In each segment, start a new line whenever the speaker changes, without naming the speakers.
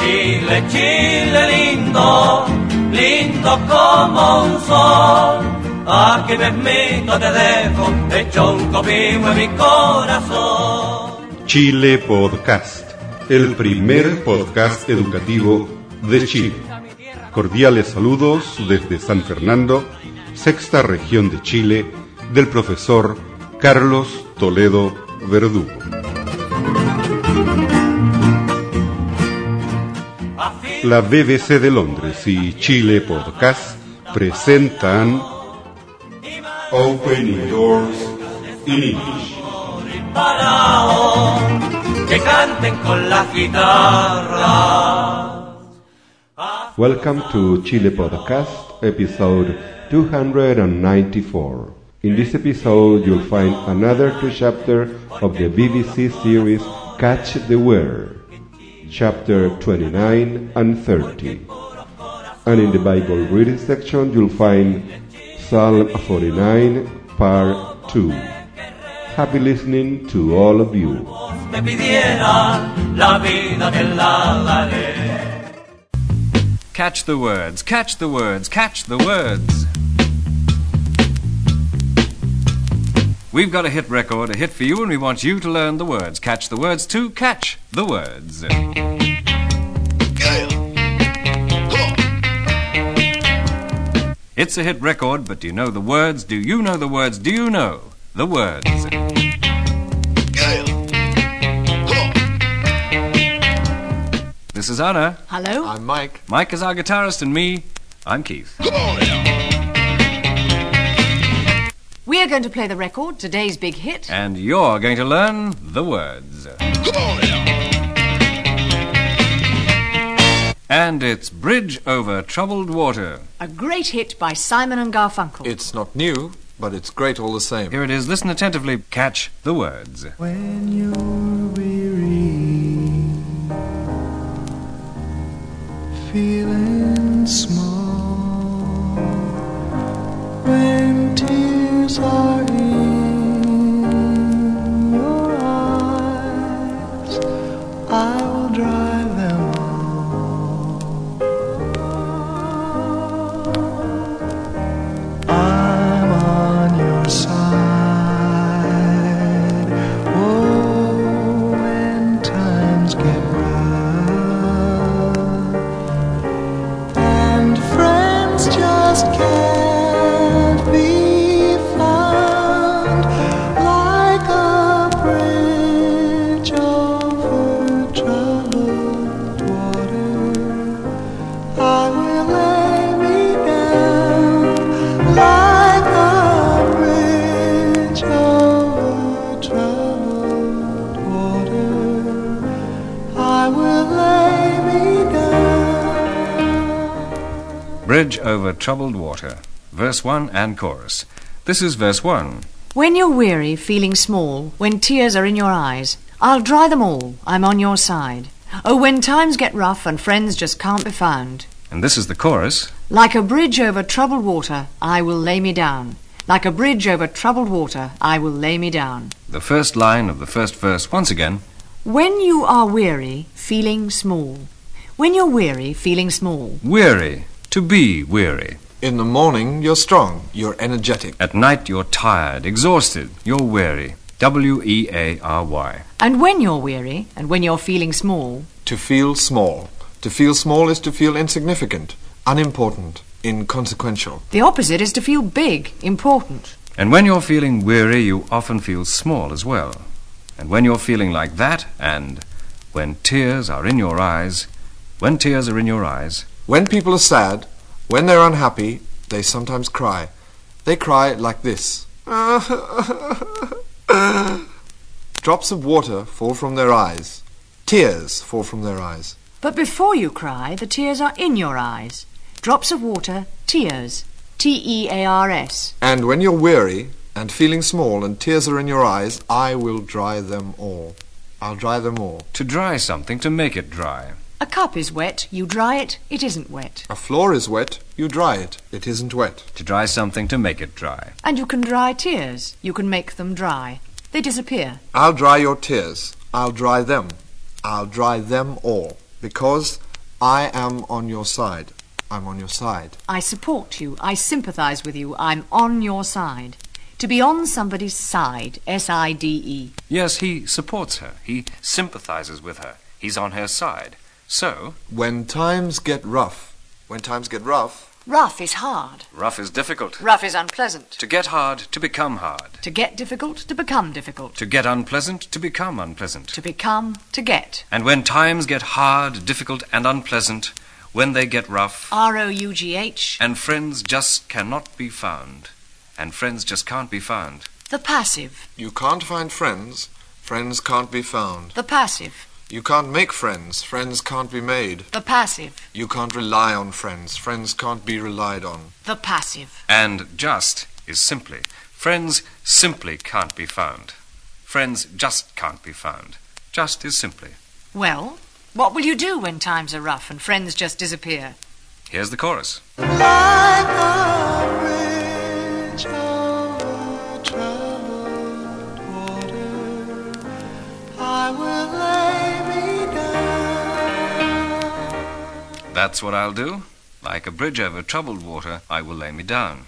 Chile, Chile lindo, lindo como un sol. Aquí mismito te dejo, hecho un copimo en mi corazón.
Chile Podcast, el primer podcast educativo de Chile. Cordiales saludos desde San Fernando, sexta región de Chile, del profesor Carlos Toledo Verdugo. La BBC de Londres y Chile Podcast presentan Opening Doors in English.
Parao, que canten con la guitarra.
Welcome to Chile Podcast, episode 294. In this episode, you'll find another two chapters of the BBC series Catch the Word, chapter 29 and 30. And in the Bible reading section, you'll find Psalm 49, part 2. Happy listening to all of you.
me pidiera, la vida te la daré.
Catch the words, catch the words, catch the words. We've got a hit record, a hit for you, and we want you to learn the words. Catch the words to catch the words. It's a hit record, but do you know the words? Do you know the words? Do you know the words? This is Anna.
Hello?
I'm Mike.
Mike is our guitarist, and me, I'm Keith.
We're going to play the record, today's big hit.
And you're going to learn the words. And it's Bridge Over Troubled Water.
A great hit by Simon and Garfunkel.
It's not new, but it's great all the same.
Here it is. Listen attentively. Catch the words.
When you're weary, feeling small, when tears are in your eyes, I will dry them all. I'm on your side. Oh, when times get rough and friends just can't be found, like a bridge over troubled water. I will lay me down like a bridge over troubled water. I will lay me down.
Bridge Over Troubled Water. Verse 1 and chorus. This is verse 1.
When you're weary, feeling small, when tears are in your eyes, I'll dry them all, I'm on your side. Oh, when times get rough and friends just can't be found,
And this is the chorus.
like a bridge over troubled water, I will lay me down. Like a bridge over troubled water, I will lay me down.
The first line of the first verse once again.
When you are weary, feeling small. When you're weary, feeling small.
Weary. To be weary.
In the morning, you're strong, you're energetic.
At night you're tired, exhausted, you're weary. W E A R Y.
And when you're weary, and when you're feeling small,
To feel small. To feel small is to feel insignificant, unimportant, inconsequential.
The opposite is to feel big, important.
And when you're feeling weary, you often feel small as well. And when you're feeling like that, and when tears are in your eyes, when tears are in your eyes,
When people are sad, when they're unhappy, they sometimes cry. They cry like this. Drops of water fall from their eyes. Tears fall from their eyes.
But before you cry, the tears are in your eyes. Drops of water, tears. T E A R S.
And when you're weary and feeling small and tears are in your eyes, I will dry them all. I'll dry them all.
to dry something, to make it dry.
A cup is wet, you dry it, it isn't wet.
A floor is wet, you dry it. It isn't wet.
To dry something, to make it dry.
And you can dry tears, you can make them dry. They disappear.
I'll dry your tears. I'll dry them. I'll dry them all. Because I am on your side. I'm on your side.
I support you. I sympathize with you. I'm on your side. To be on somebody's side, S I D E.
Yes, he supports her. He sympathizes with her. He's on her side. So,
When times get rough. When times get rough.
Rough is hard.
rough is difficult.
Rough is unpleasant.
To get hard, to become hard.
To get difficult, to become difficult.
To get unpleasant, to become unpleasant.
To become, to get.
And when times get hard, difficult, and unpleasant, when they get rough,
R O U G H.
and friends just cannot be found, and friends just can't be found.
The passive.
You can't find friends. Friends can't be found.
The passive.
You can't make friends. Friends can't be made.
The passive.
You can't rely on friends. Friends can't be relied on.
The passive.
And just is simply. Friends simply can't be found. Friends just can't be found. Just is simply.
Well, what will you do when times are rough and friends just disappear?
Here's the chorus.
Like a bridge over troubled water, I will lay me down.
That's what I'll do. Like a bridge over troubled water, I will lay me down.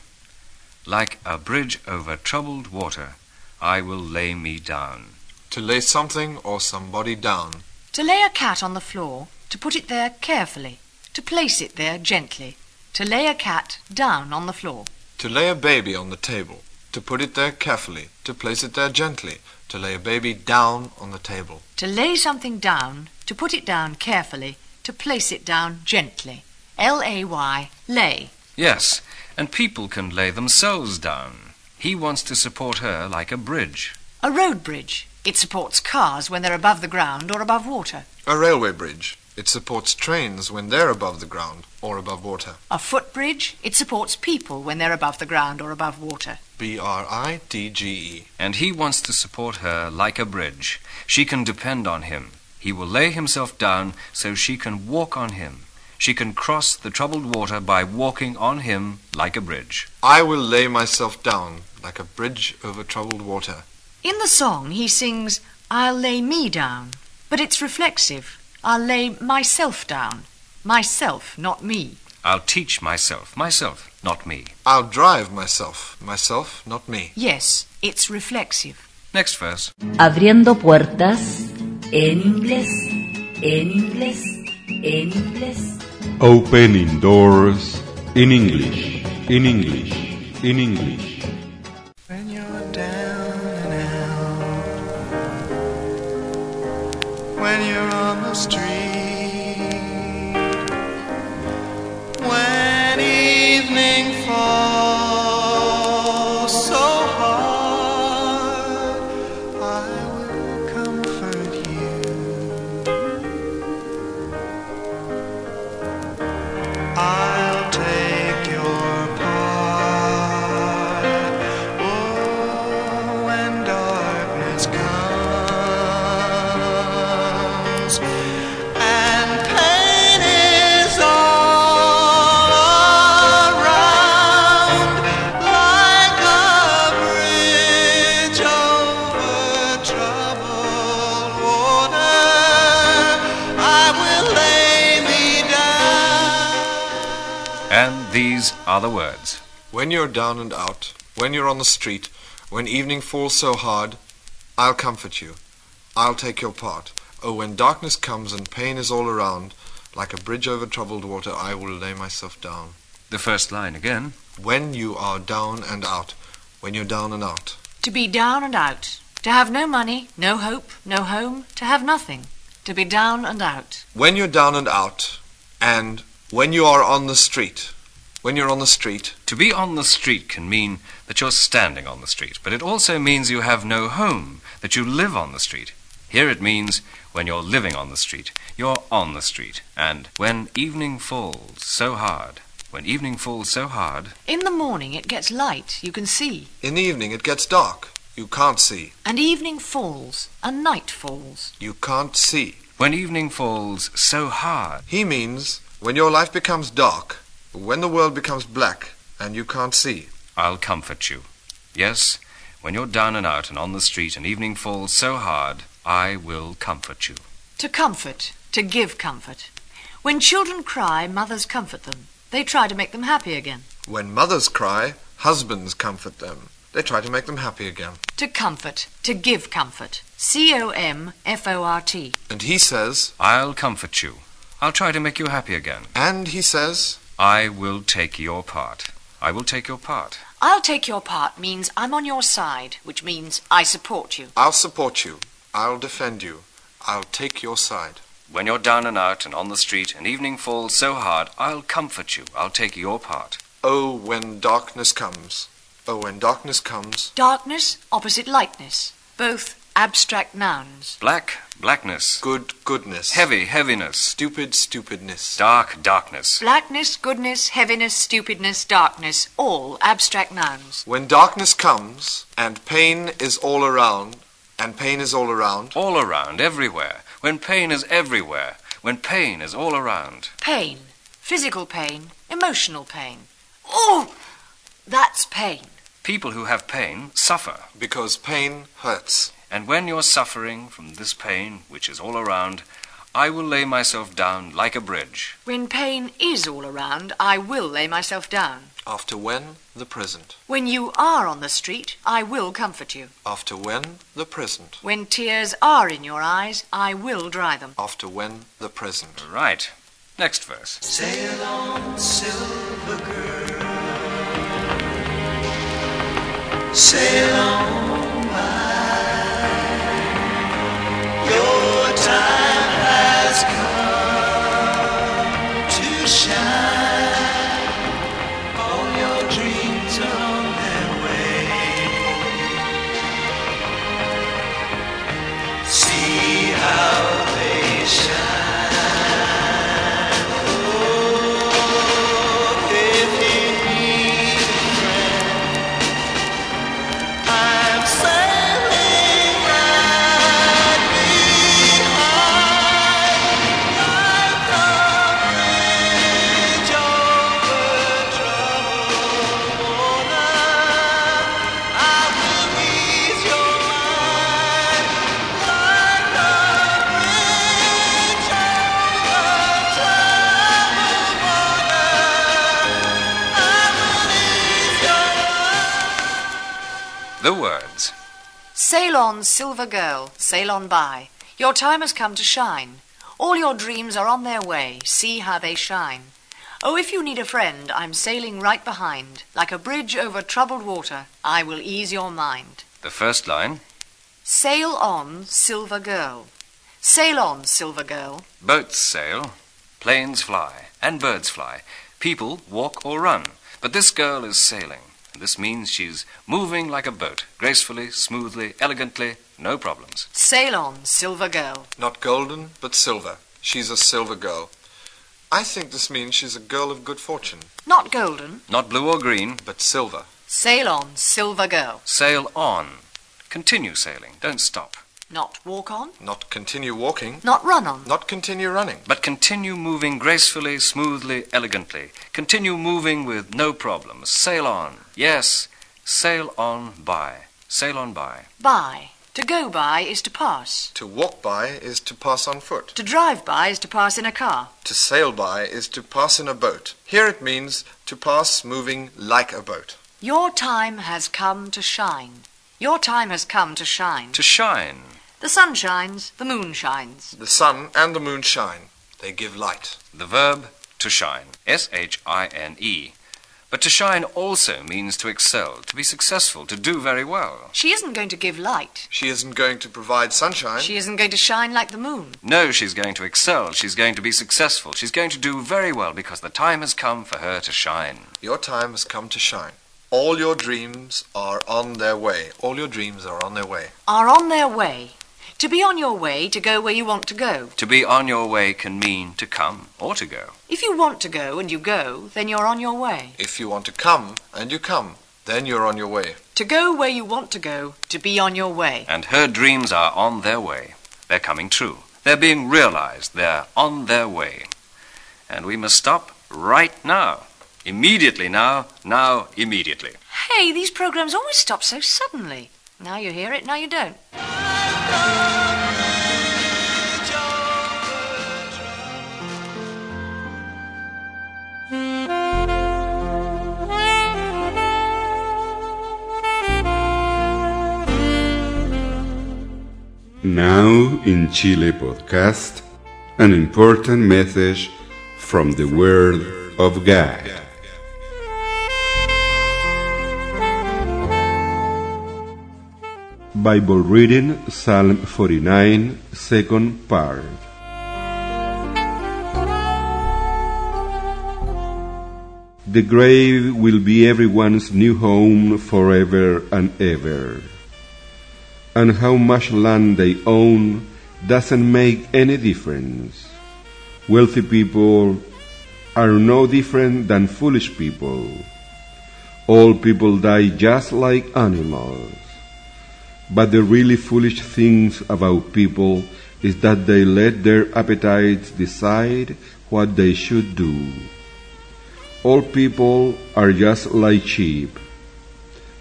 Like a bridge over troubled water, I will lay me down.
To lay something or somebody down.
To lay a cat on the floor, to put it there carefully, to place it there gently, to lay a cat down on the floor,
To lay a baby on the table. To put it there carefully. To place it there gently. To lay a baby down on the table.
to lay something down, to put it down carefully, to place it down gently. L A Y, lay.
Yes, and people can lay themselves down. He wants to support her like a bridge.
A road bridge. It supports cars when they're above the ground or above water.
A railway bridge. It supports trains when they're above the ground or above water.
A footbridge. It supports people when they're above the ground or above water.
B R I D G E.
And he wants to support her like a bridge. She can depend on him. He will lay himself down so she can walk on him. She can cross the troubled water by walking on him like a bridge.
I will lay myself down like a bridge over troubled water.
In the song, he sings, I'll lay me down, but it's reflexive. I'll lay myself down. Myself, not me.
I'll teach myself, myself, not me.
I'll drive myself. Myself, not me.
Yes, it's reflexive.
Next verse.
Abriendo puertas en inglés, en inglés, en inglés.
Opening doors in English, in English, in English.
When you're down and out, when you're on the street, when evening falls so hard, I will comfort you. I'll take your part. Oh, when darkness comes and pain is all around, like a bridge over troubled water, I will lay me down.
And these are the words.
When you're down and out, when you're on the street, when evening falls so hard, I'll comfort you. I'll take your part. Oh, when darkness comes and pain is all around, like a bridge over troubled water, I will lay myself down.
The first line again.
When you are down and out, when you're down and out,
To be down and out. To have no money, no hope, no home, to have nothing. To be down and out.
when you're down and out, and when you are on the street, when you're on the street,
To be on the street can mean that you're standing on the street, but it also means you have no home, that you live on the street. Here it means when you're living on the street, you're on the street. And when evening falls so hard, when evening falls so hard,
In the morning, it gets light, you can see.
in the evening it gets dark. You can't see.
And evening falls, and night falls.
You can't see.
when evening falls so hard,
He means when your life becomes dark, when the world becomes black, and you can't see.
I'll comfort you. Yes, when you're down and out and on the street and evening falls so hard, I will comfort you.
To comfort, to give comfort. When children cry, mothers comfort them. They try to make them happy again.
When mothers cry, husbands comfort them. They try to make them happy again.
To comfort, to give comfort. C O M F O R T.
And he says,
I'll comfort you. I'll try to make you happy again.
and he says,
I will take your part. I will take your part.
I'll take your part means I'm on your side, which means I support you.
I'll support you. I'll defend you. I'll take your side.
When you're down and out and on the street and evening falls so hard, I'll comfort you. I'll take your part.
Oh, when darkness comes. Oh, when darkness comes.
Darkness, opposite lightness. Both abstract nouns.
Black, blackness.
Good goodness.
Heavy, heaviness.
Stupid stupidness.
Dark, darkness.
Blackness, goodness, heaviness, stupidness, darkness. All abstract nouns.
When darkness comes and pain is all around, and pain is all around,
All around, everywhere. When pain is everywhere. When pain is all around.
Pain. Physical pain. Emotional pain. Oh! That's pain.
People who have pain suffer.
because pain hurts.
And when you're suffering from this pain, which is all around, I will lay myself down like a bridge.
When pain is all around, I will lay myself down.
After when the present.
When you are on the street, I will comfort you.
After when the present.
When tears are in your eyes, I will dry them.
After when the present.
Right. Next verse.
Sail on, silver girl. Sail on by. Your time has come to shine. All your dreams are on their way. See how they shine. I'm sailing right behind, like a bridge over troubled water. I will ease your mind, like a bridge over troubled water. I will ease your
The words.
Sail on, silver girl, sail on by. Your time has come to shine. All your dreams are on their way, see how they shine. Oh, if you need a friend, I'm sailing right behind. Like a bridge over troubled water, I will ease your mind.
The first line.
Sail on, silver girl. Sail on, silver girl.
Boats sail, planes fly, and birds fly. People walk or run. But this girl is sailing. And this means she's moving like a boat, gracefully, smoothly, elegantly, no problems.
Sail on, silver girl.
Not golden, but silver. She's a silver girl. I think this means she's a girl of good fortune,
Not golden.
Not blue or green.
but silver.
Sail on, silver girl.
Sail on. Continue sailing. Don't stop.
Not walk on.
Not continue walking,
Not run on.
not continue running.
But continue moving gracefully, smoothly, elegantly. Continue moving with no problems. Sail on. Yes, sail on by. Sail on by.
By. To go by is to pass.
To walk by is to pass on foot.
To drive by is to pass in a car.
To sail by is to pass in a boat. Here it means to pass moving like a boat.
Your time has come to shine. Your time has come to shine.
To shine.
The sun shines, the moon shines.
The sun and the moon shine. They give light.
The verb to shine. S H I N E. But to shine also means to excel, to be successful, to do very well.
She isn't going to give light.
She isn't going to provide sunshine.
She isn't going to shine like the moon.
No, she's going to excel. She's going to be successful. She's going to do very well because the time has come for her to shine.
Your time has come to shine. All your dreams are on their way. All your dreams are on their way.
Are on their way. To be on your way to go where you want to go.
To be on your way can mean to come or to go.
If you want to go and you go, then you're on your way.
If you want to come and you come, then you're on your way.
To go where you want to go, to be on your way.
And her dreams are on their way. They're coming true. They're being realized. They're on their way. And we must stop right now. Immediately now, now, immediately.
Hey, these programs always stop so suddenly. Now you hear it, now you don't.
Now in Chile podcast, an important message from the Word of God. Bible reading Psalm 49, second part. The grave will be everyone's new home forever and ever and how much land they own doesn't make any difference. Wealthy people are no different than foolish people. All people die just like animals. But the really foolish things about people is that they let their appetites decide what they should do. All people are just like sheep.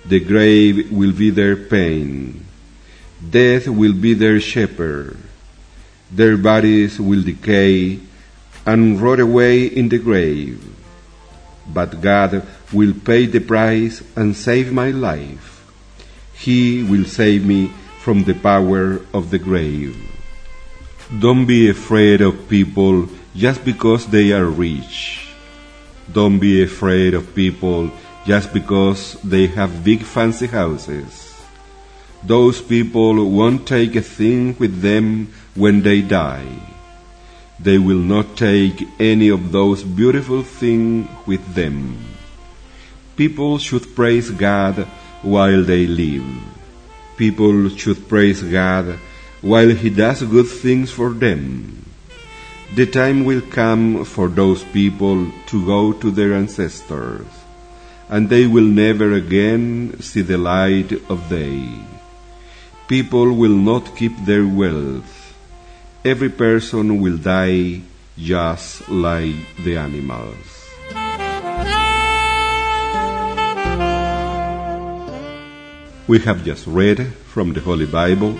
The grave will be their pain. Death will be their shepherd. Their bodies will decay and rot away in the grave. But God will pay the price and save my life. He will save me from the power of the grave. Don't be afraid of people just because they are rich. Don't be afraid of people just because they have big fancy houses those people won't take a thing with them when they die. They will not take any of those beautiful things with them. People should praise God while they live. People should praise God while He does good things for them. The time will come for those people to go to their ancestors, and they will never again see the light of day people will not keep their wealth. Every person will die just like the animals. We have just read from the Holy Bible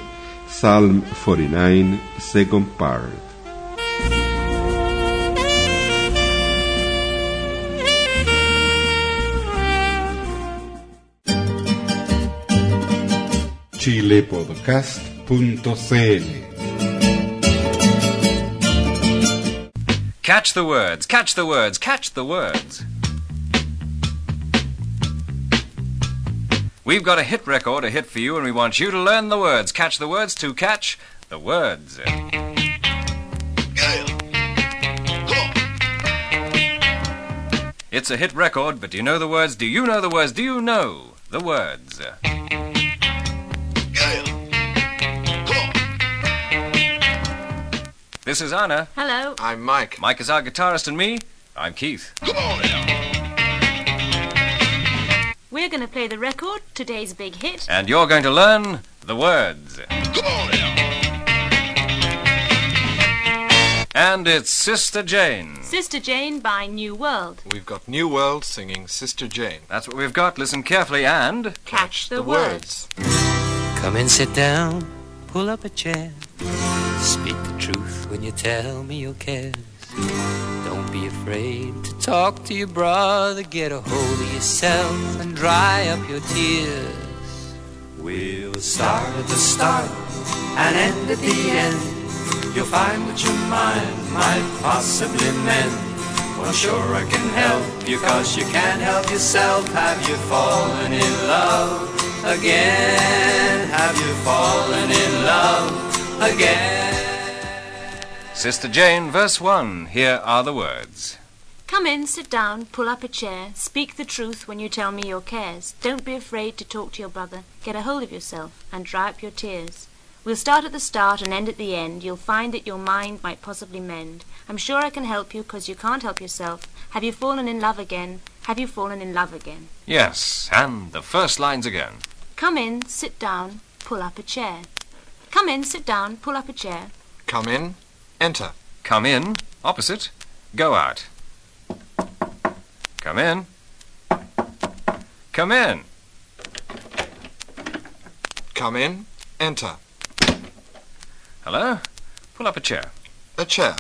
Psalm 49, second part. chilepodcast.cl
Catch the words, catch the words, catch the words. We've got a hit record, a hit for you, and we want you to learn the words. Catch the words to catch the words. It's a hit record, but do you know the words? Do you know the words? Do you know the words? This is Anna.
Hello.
I'm Mike.
Mike is our guitarist, and me, I'm Keith.
We're going to play the record, today's big hit.
And you're going to learn the words. And it's Sister Jane.
Sister Jane by New World.
We've got New World singing Sister Jane.
That's what we've got. Listen carefully and.
Catch the words.
Come and sit down, pull up a chair. Speak the truth when you tell me your cares. Don't be afraid to talk to your brother. Get a hold of yourself and dry up your tears. We'll start at the start and end at the end. You'll find what your mind might possibly mend. Well, I'm sure I can help you, cause you can't help yourself. Have you fallen in love again? Have you fallen in love again?
Sister Jane, verse 1. Here are the words.
Come in, sit down, pull up a chair. Speak the truth when you tell me your cares. Don't be afraid to talk to your brother. Get a hold of yourself and dry up your tears. We'll start at the start and end at the end. You'll find that your mind might possibly mend. I'm sure I can help you because you can't help yourself. Have you fallen in love again? Have you fallen in love again?
Yes, and the first lines again.
Come in, sit down, pull up a chair. Come in, sit down, pull up a chair.
Come in, enter.
Come in, opposite, go out. Come in. Come in.
Come in, enter.
Hello? Pull up a chair.
A chair.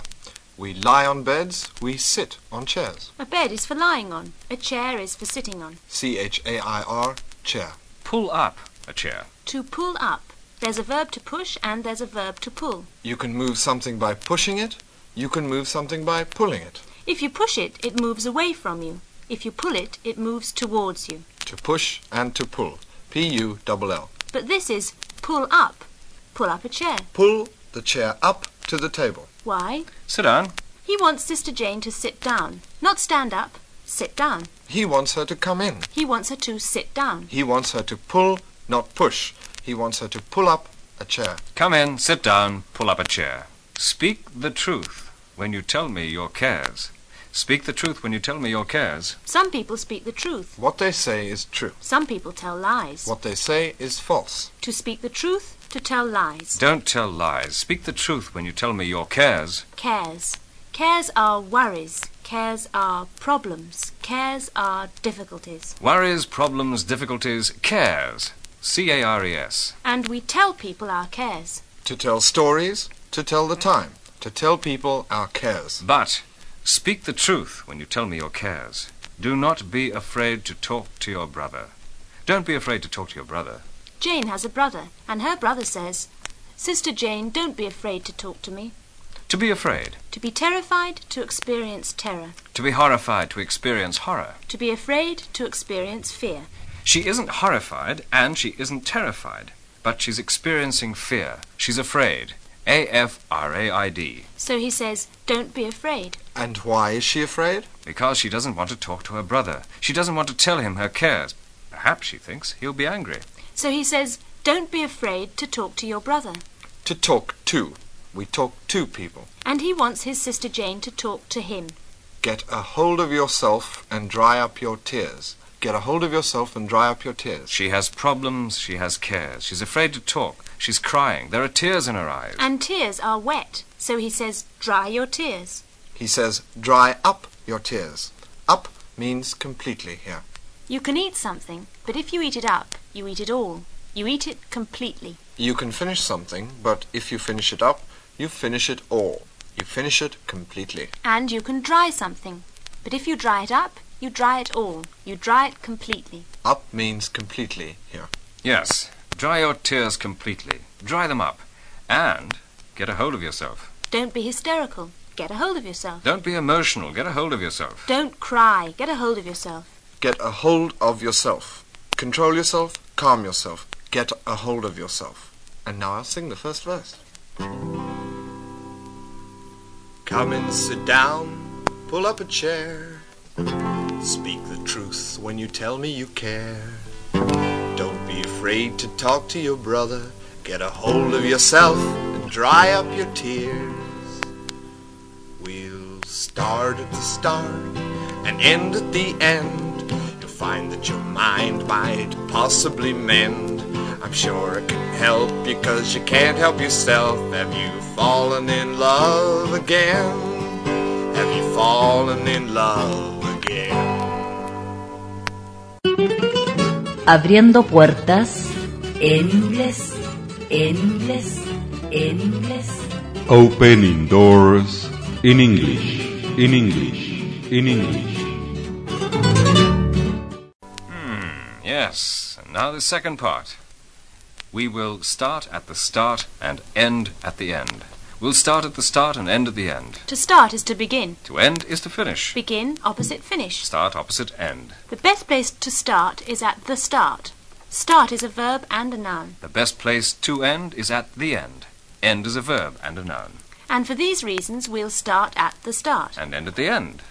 We lie on beds, we sit on chairs.
A bed is for lying on, a chair is for sitting on.
C H A I R, chair.
Pull up a chair.
To pull up, There's a verb to push and there's a verb to pull.
You can move something by pushing it. You can move something by pulling it.
If you push it, it moves away from you. If you pull it, it moves towards you.
To push and to pull. P U double L.
But this is pull up. Pull up a chair.
Pull the chair up to the table.
Why?
Sit down.
He wants Sister Jane to sit down. Not stand up, sit down.
He wants her to come in.
He wants her to sit down.
He wants her to pull, not push. He wants her to pull up a chair.
Come in, sit down, pull up a chair. Speak the truth when you tell me your cares. Speak the truth when you tell me your cares.
Some people speak the truth.
What they say is true.
Some people tell lies.
What they say is false.
To speak the truth, to tell lies.
Don't tell lies. Speak the truth when you tell me your cares.
Cares. Cares are worries. Cares are problems. Cares are difficulties.
Worries, problems, difficulties, cares. C A R E S.
And we tell people our cares.
To tell stories, to tell the time, to tell people our cares.
But speak the truth when you tell me your cares. Do not be afraid to talk to your brother. Don't be afraid to talk to your brother.
Jane has a brother, and her brother says, Sister Jane, don't be afraid to talk to me.
To be afraid,
To be terrified, to experience terror.
to be horrified, to experience horror.
To be afraid, to experience fear.
She isn't horrified and she isn't terrified, but she's experiencing fear. She's afraid. A F R A I D.
So he says, Don't be afraid.
And why is she afraid?
Because she doesn't want to talk to her brother. She doesn't want to tell him her cares. Perhaps, she thinks, he'll be angry.
So he says, Don't be afraid to talk to your brother.
To talk to. We talk to people.
And he wants his sister Jane to talk to him.
Get a hold of yourself and dry up your tears. Get a hold of yourself and dry up your tears.
She has problems, she has cares. She's afraid to talk. She's crying. There are tears in her eyes.
And tears are wet. So he says, Dry your tears.
He says, dry up your tears. Up means completely here.
You can eat something, but if you eat it up, you eat it all. You eat it completely.
You can finish something, but if you finish it up, you finish it all. You finish it completely.
And you can dry something. But if you dry it up, you dry it all. You dry it completely.
Up means completely here.
Yes, dry your tears completely. Dry them up. And get a hold of yourself.
Don't be hysterical. Get a hold of yourself.
Don't be emotional. Get a hold of yourself.
Don't cry. Get a hold of yourself.
Get a hold of yourself. Control yourself, calm yourself. Get a hold of yourself. And now I'll sing the first verse. Come and sit down, pull up a chair. Speak the truth when you tell me you care. Don't be afraid to talk to your brother. Get a hold of yourself and dry up your tears. We'll start at the start and end at the end. You'll find that your mind might possibly mend. I'm sure it can help you because you can't help yourself. Have you fallen in love again? Have you fallen in love again?
Abriendo puertas en inglés, en inglés, en inglés.
Opening doors in English, in English, in English.
Yes, and now the second part. We will start at the start and end at the end. We'll start at the start and end at the end.
To start is to begin.
To end is to finish.
Begin, opposite, finish.
Start opposite end.
The best place to start is at the start. Start is a verb and a noun.
The best place to end is at the end. End is a verb and a noun.
And for these reasons, we'll start at the start.
And end at the end.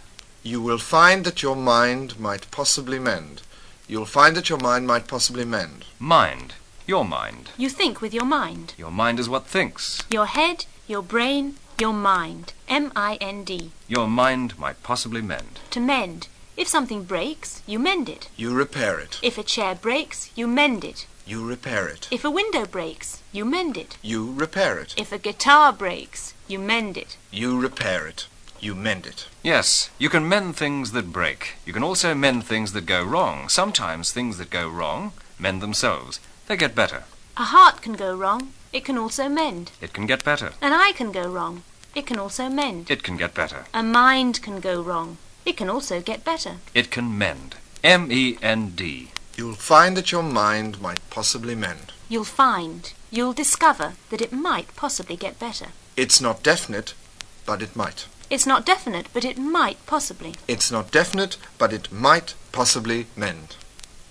You will find that your mind might possibly mend. You'll find that your mind might possibly mend.
Mind. Your mind.
You think with your mind.
Your mind is what thinks.
Your head, your brain, your mind. M I N D.
Your mind might possibly mend.
To mend. If something breaks, you mend it.
You repair it.
If a chair breaks, you mend it.
You repair it.
If a window breaks, you mend it.
You repair it.
If a guitar breaks, you mend it.
You repair it. You mend it.
Yes, you can mend things that break. You can also mend things that go wrong. Sometimes things that go wrong mend themselves. They get better.
A heart can go wrong, it can also mend.
It can get better.
An eye can go wrong, it can also mend.
It can get better.
A mind can go wrong, it can also get better.
It can mend. M E N D.
You'll find that your mind might possibly mend.
You'll find, you'll discover that it might possibly get better.
It's not definite, but it might.
It's not definite, but it might possibly.
It's not definite, but it might possibly mend.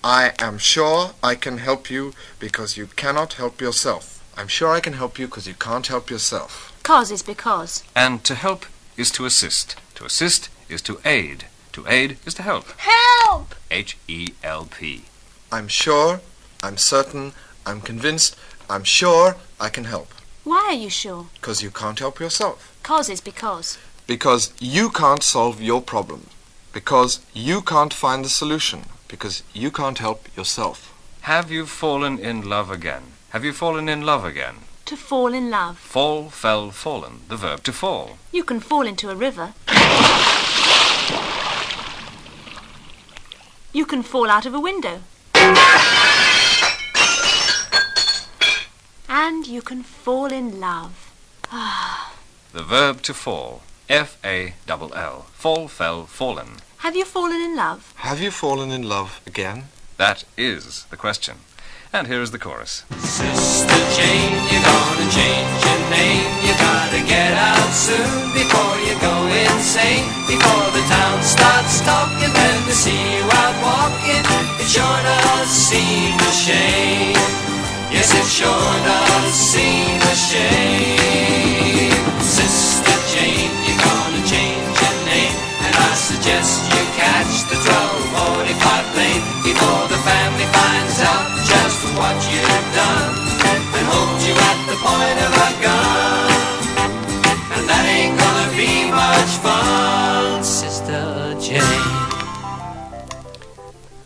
I am sure I can help you because you cannot help yourself. I'm sure I can help you because you can't help yourself.
Cause is because.
And to help is to assist. To assist is to aid. To aid is to help.
Help!
H E L P.
I'm sure, I'm certain, I'm convinced, I'm sure I can help
Why are you sure?
because you can't help yourself.
Cause is because.
Because you can't solve your problem. Because you can't find the solution. Because you can't help yourself.
Have you fallen in love again? Have you fallen in love again?
To fall in love.
Fall, fell, fallen. The verb to fall.
You can fall into a river. You can fall out of a window. And you can fall in love.
The verb to fall. F A double L. Fall, fell, fallen.
Have you fallen in love?
Have you fallen in love again?
That is the question. And here is the chorus.
Sister Jane, you're gonna change your name. You gotta get out soon before you go insane. Before the town starts talking, then they see you out walking. It sure does seem a shame. Yes, it sure does seem a shame. Sister Jane, you're gonna change your name. And I suggest you catch the 1245 plane before the family finds out just what you've done and holds you at the point of a gun. And that ain't gonna be much fun.
Sister Jane.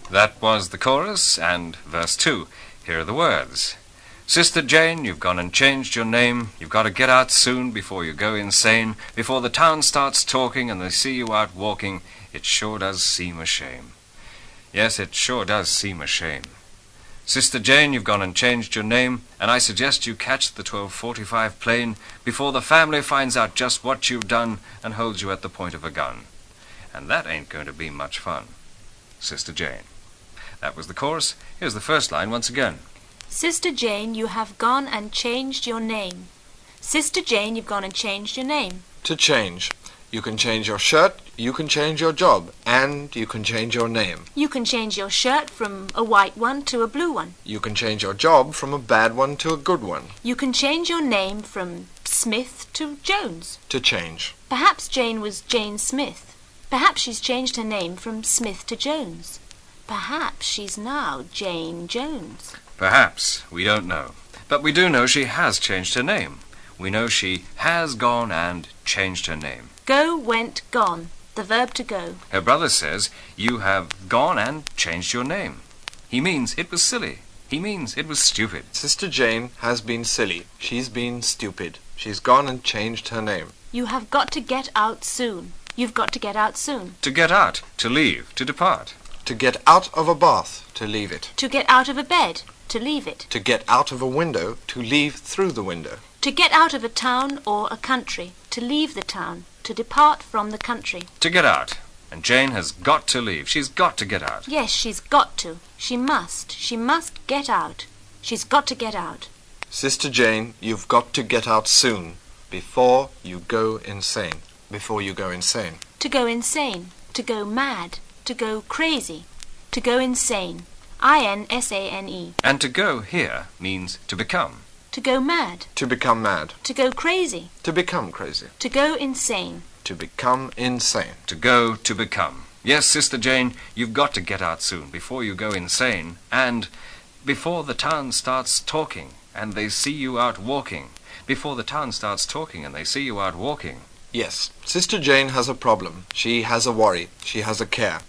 That was the chorus and verse 2. Here are the words Sister Jane, you've gone and changed your name. You've got to get out soon before you go insane. Before the town starts talking and they see you out walking, it sure does seem a shame. Yes, it sure does seem a shame. Sister Jane, you've gone and changed your name, and I suggest you catch the 1245 plane before the family finds out just what you've done and holds you at the point of a gun. And that ain't going to be much fun. Sister Jane. That was the chorus. Here's the first line once again.
Sister Jane, you have gone and changed your name. Sister Jane, you've gone and changed your name.
To change. You can change your shirt, you can change your job, and you can change your name.
You can change your shirt from a white one to a blue one.
You can change your job from a bad one to a good one.
You can change your name from Smith to Jones.
To change.
Perhaps Jane was Jane Smith. Perhaps she's changed her name from Smith to Jones. Perhaps she's now Jane Jones.
Perhaps. We don't know. But we do know she has changed her name. We know she has gone and changed her name.
Go, went, gone. The verb to go.
Her brother says, You have gone and changed your name. He means it was silly. He means it was stupid.
Sister Jane has been silly. She's been stupid. She's gone and changed her name.
You have got to get out soon. You've got to get out soon.
To get out, to leave, to depart.
To get out of a bath, to leave it.
To get out of a bed. To leave it.
To get out of a window, to leave through the window.
To get out of a town or a country. To leave the town. To depart from the country.
To get out. And Jane has got to leave. She's got to get out.
Yes, she's got to. She must. She must get out. She's got to get out.
Sister Jane, you've got to get out soon before you go insane. Before you go insane.
To go insane. To go mad. To go crazy. To go insane. I N S A N E.
And to go here means to become.
To go mad.
To become mad.
To go crazy.
To become crazy.
To go insane.
To become insane.
To go, to become. Yes, Sister Jane, you've got to get out soon before you go insane and before the town starts talking and they see you out walking. Before the town starts talking and they see you out walking.
Yes, Sister Jane has a problem. She has a worry. She has a care.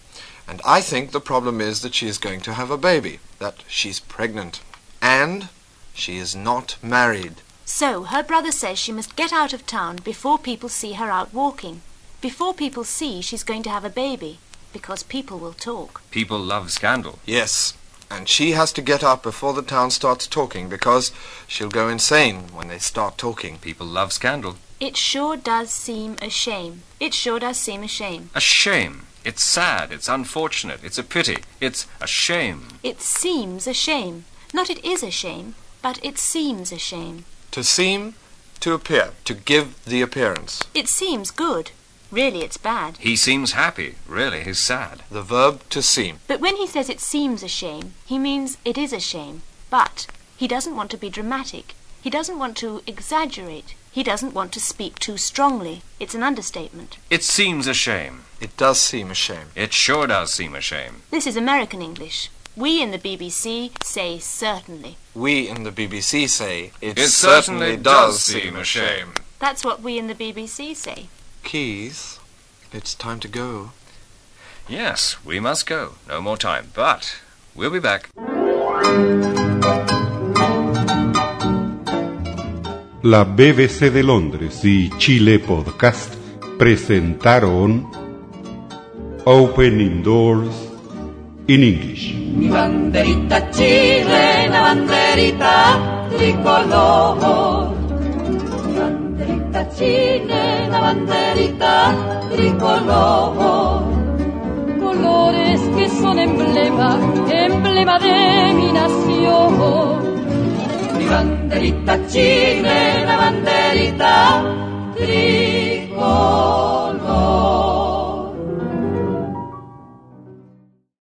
And I think the problem is that she is going to have a baby, that she's pregnant. And she is not married.
So her brother says she must get out of town before people see her out walking. Before people see she's going to have a baby, because people will talk.
People love scandal.
Yes, and she has to get up before the town starts talking because she'll go insane when they start talking.
People love scandal.
It sure does seem a shame. It sure does seem a shame.
A shame. It's sad. It's unfortunate. It's a pity. It's a shame.
It seems a shame. Not it is a shame. but it seems a shame.
To seem, to appear, to give the appearance.
It seems good. Really, it's bad.
He seems happy. Really, he's sad.
The verb to seem.
But when he says it seems a shame, he means it is a shame. But he doesn't want to be dramatic. He doesn't want to exaggerate. He doesn't want to speak too strongly. It's an understatement.
It seems a shame.
It does seem a shame.
It sure does seem a shame.
This is American English. We in the BBC say certainly.
We in the BBC say it,
It certainly does seem a shame.
That's what we in the BBC say.
Keys, it's time to go.
Yes, we must go. No more time. But we'll be back.
La BBC de Londres y Chile Podcast presentaron Opening Doors in English.
Mi banderita chilena, banderita tricolor. Mi banderita chilena, banderita tricolor. Colores que son emblema, emblema de mi nación. Mi banderita chilena.